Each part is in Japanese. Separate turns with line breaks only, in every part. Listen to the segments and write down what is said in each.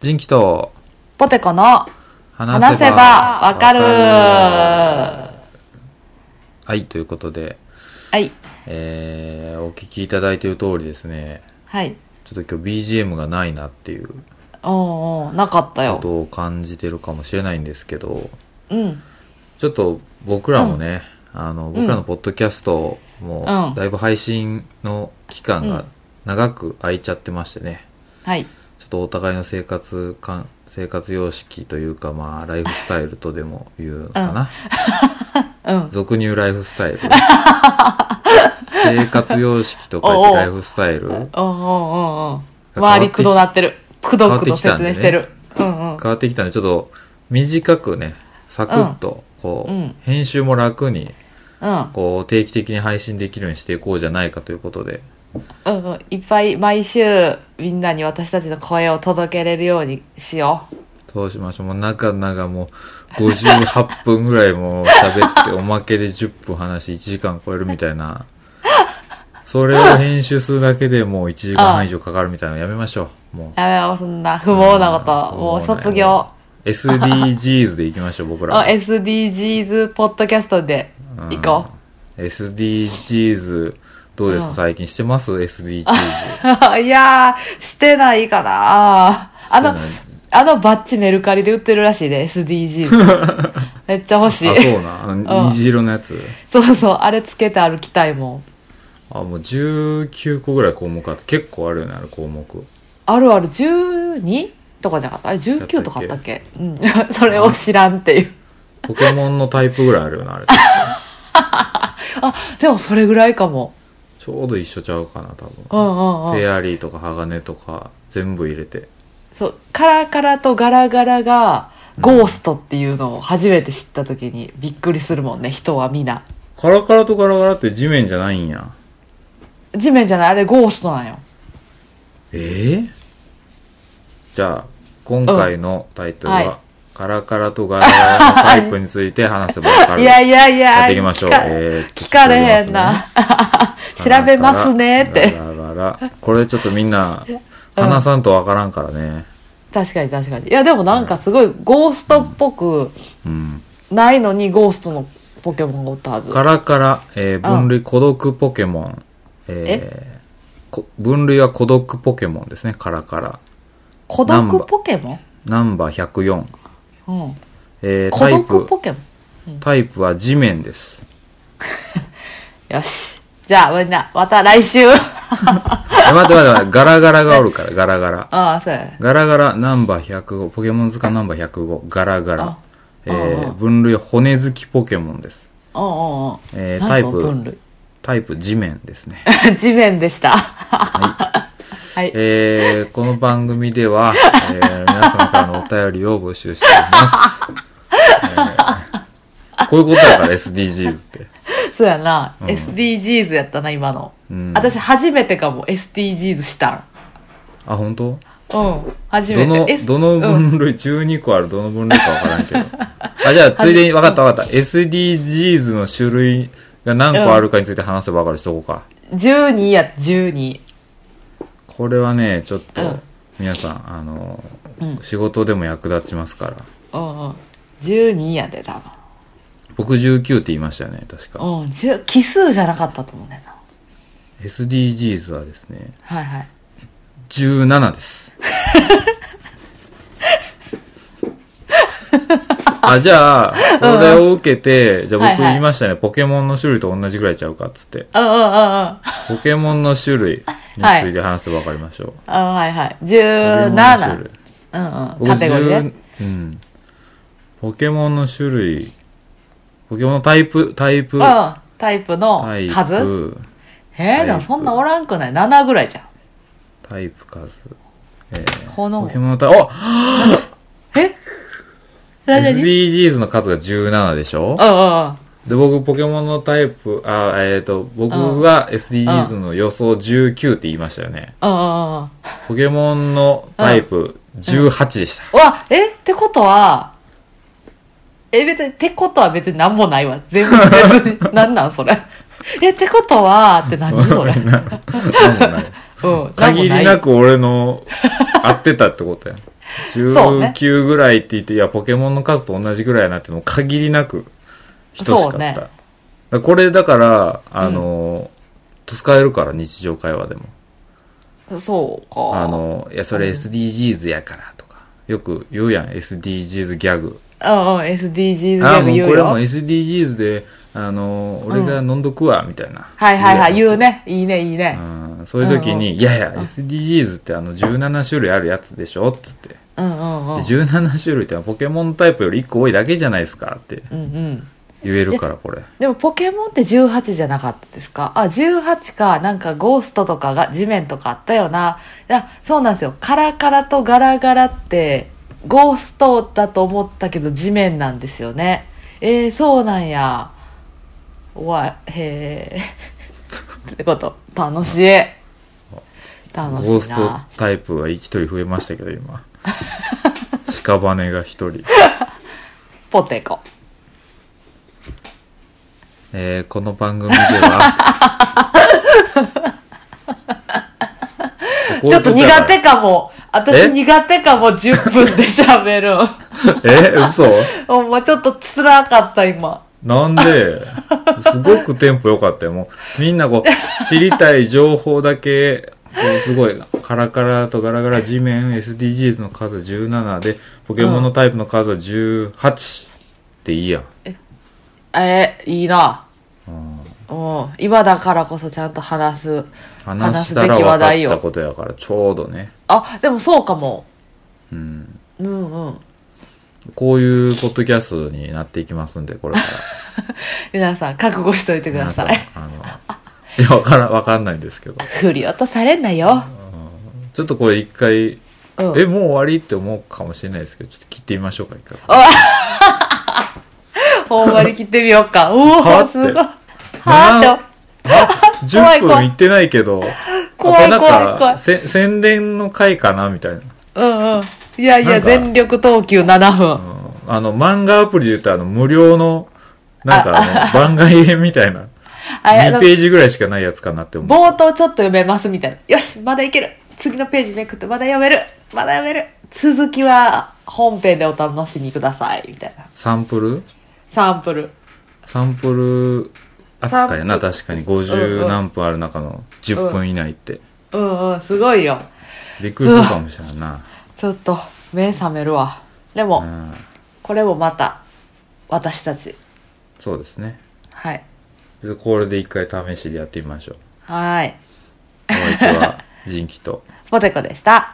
人気と
ポテコの
話
話せ
せば
ばわかる。
わか
は
るはい、ということで、
い。
えー、お聞きいただいている通りですね、
はい。
ちょっと今日 BGM がないなっていう
おうおうなかった
こ
よ。
とを感じてるかもしれないんですけど、
うん。
ちょっと僕らもね、あの、僕らのポッドキャストも
う、ん
だいぶ配信の期間
う
が
ん
長く空いちゃってましてね、
はい。
ちょっとお互いの生活かん、生活様式というか、まあ、ライフスタイルとでも言うのかな。
うん。
俗入ライフスタイル生活様式と
おう
か
おう
ライフスタイル変
おうおうおうおう
変わって
周
き
りくどなってる。くどくど説明してる。うんうん。
わってきたんでちょっと短くねサクッとこう、
うん
編集も楽に
うん。
こう定期的に配信できるようにしていこうじゃないかということで
うんうん。いっぱい毎週みんなに私たちの声を届けれるようにしよう。
そうしましょうもう中々もう58分ぐらいもう喋って おまけで10分話し1時間超えるみたいなそれを編集するだけでもう1時間半以上かかるみたいなのやめましょうもう
やめよう、そんな不毛なこと。
うん
もう
不毛な
卒業。
SDGs でいきましょう、僕
あ
ら。
SDGs ポッドキャストで
うん
行こ
SDGs、どうです、
うん
最近してます ?SDGs。
う。 いやー、してないかなあの
して、
あのバッジメルカリで売ってるらしいで、SDGs。め っちゃ欲しい
あ、。そうな。あの、
うん
虹色のやつ。
そうそう、あれつけて歩きたいも
あ、
ん。
もう19個ぐらい項目あって、結構あるよね、ある項目。
あるある 12? とかじゃなかったあれ19とかあったっけうん。 それを知らんっていう。
ポケモンのタイプぐらいあるよね、 あれ。
あ、でもそれぐらいかも。
ちょうど一緒ちゃうかな、多
う
分。
んうんうん。
フェアリーとか鋼とか、全部入れて。
そう、カラカラとガラガラが、ゴーストっていうのを初めて知った時にびっくりするもんね、人は皆。
カラカラとガラガラって地面じゃないんや。
地面じゃない、あれゴーストなんよ。
ええじゃあ今回のタイトルは、
うんはい
カラカラとガラガラのタイプについて話せばわか る
いやいやいや、
やっていきましょう
聞か
えー
聞かれへんな。調べますねっ
ガ
て。
ラガラこれちょっとみんな話さんとわからんからね
確かに確かに。いやでもなんかすごいゴーストっぽく
うん
ないのにゴーストのポケモンがおったはず。
カラカラ、えー分類孤独ポケモン、えーこ分類は孤独ポケモンですねカラカラ
孤
ナンバ
独ポケモ
ナンバー104、
ンうん。
えー
孤
タイ
独
プ
ポケモン
タイプは地面です
よし。じゃあみんな、また来週。
え待って待って待ってガラガラがおるからガラガラ
ああ、そうや。
ガラガラナンバー105、ポケモン図鑑ナンバー105、ガラガラ
あ。
えー
ああ
分類は骨付きポケモンです。
うんうんうん。
えー
何
タイ
その分
プ、
類。
タイプ地面ですね。
地面でした。はい。
えーこの番組では、えー皆様からのお便りを募集しております。えーこういうことだから SDGs って。
そうやな。SDGs やったな、今の。
うん
私初めてかも、SDGs した
あ、本当？
ん。うん。初
ど
め
の
て。S、
どの
うん、
分類、12個あるどの分類かわからん けど。あ、じゃあ、ついでに、わかったわかった。SDGs の種類が何個あるかについて話せばわかるしとこうか。
?12 や、12。
これはねちょっと、
うん
皆さんあの、
うん
仕事でも役立ちますから
うんうん。12やで、多分。
僕19って言いましたよね確か、
うん、10奇数じゃなかったと思うねんな。
SDGs はですね
はいはい。
17です あじゃあそれを受けて、じゃあ
はい
僕
はい
言いましたね、ポケモンの種類と同じぐらいちゃうかっつって
うんうんうんうん。
ポケモンの種類について話せば分かりましょう、
あはいはい。
ポケモンの種
17
類。
うんうん。
僕
カテゴリーね。
10うんポケモンの種類ポケモンのタイプタイプ
うん。タイプの
タイプ
数え
タイ
ー、
プ
でもそんなおらんくない ?7 ぐらいじゃん。
タイプ数
こ
ポ
の
ケ。モンのタイプあ
え何々
!SDGs の数が17でしょ
うんうんうん。
で、僕、ポケモンのタイプ、あ、えっ、と、僕が SDGs の予想19って言いましたよね。
うんうんうん。
ポケモンのタイプ18でした。
うわ、えってことは、え、別に、ってことは別になんもないわ。全部 別に。なんなんそれ。え、ってことは、って何それ。うん。
限りな
く。
く俺の合ってたってことやん。
そうね
19ぐらいって言って、いや、ポケモンの数と同じぐらいやなって、もう限りなく等しかっ
そ
た。
うね
だからこれだから、あの、使えるから、日常会話でも。
そうか。
あの、いや、それ SDGs やからとか、よく言うやん、SDGs ギャグ。
うんうん、SDGs ゲ
あ
ー
あ、も
ム
う
言
こ
う
れ
よ。
も SDGs で、あの、俺が飲んどくわ、みたいな。
はいはいはい、
言
言
うや
うんね。いいね、いいね。
うんそういう時に、
うん
いやいや、SDGs ってあの、17種類あるやつでしょっつって。
うんうんうん。
17種類ってのはポケモンタイプより1個多いだけじゃないですかって
うんうん。
言えるから、これ。
でもポケモンって18じゃなかったですかあ、18か、なんかゴーストとかが地面とかあったよな。いや、そうなんですよ。カラカラとガラガラって、ゴーストだと思ったけど地面なんですよね。えー、そうなんや。わ、へえ。ってこと。楽しい。楽
ゴー
し
ス
い
ト
な。
タイプは1人増えましたけど、今。屍が1人。
ポテコ。
えーこの番組では
ちょっと苦手かも。
え
私苦手かも、10分で喋る ん。
え嘘
ほんま、ちょっと辛かった、今。
なんですごくテンポ良かったよもうみんなこう知りたい情報だけこうすごいカラカラとガラガラ地面 SDGs の数17でポケモンのタイプの数は18っていいやん
えーいいな。うん。今だからこそちゃんと話す。
話
話
し
す
た
べ
ら
き話
分かっ
題よ
たことやからちょうどね
あ、でもそうかも。
うん
うんうん。
こういうポッドキャストになっていきますんで これから
皆さん、覚悟しといてください。
あの、いや、わからん、わかんないんですけど。
振り落とされんなよ。
ちょっとこれ一回、
うん
え、もう終わりって思うかもしれないですけど、ちょっと切ってみましょうか、一回。
ほんまに切ってみようか。うお
はあっ
ー、
て
すごい。は怖い
10
怖
分
い
いってないけど、
怖い
あこれなんか
怖い怖い
せ宣伝の回かなみたいな。
ーうんうん。いやい
な
や、
んか
全力投球7
う
分。
んあの、漫画アプリで言ったら、あの、無料の、なんかあの、番外編みたいな、
あいや
2ページぐらいしかないやつかなって思う。
冒頭ちょっと読めますみたいな。よし、まだいける。次のページめくって、まだ読める。まだ読める。続きは本編でお楽しみください。みたいな。
サンプル
サンプル。
サンプル扱いやな、
サンプル
確かに。50何分ある中の10分以内って。
うんうん、すごいよ。
びっくりするかもしれんな。
ちょっと、目覚めるわ。でも、
うん
これもまた、私たち。
そうですね。
はい。
でこれで一回試しでやってみましょう。
はーい。
お相手 は、人気と。
ポテコでした。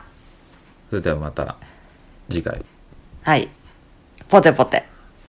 それではまた、次回。
はい。ポテポテ。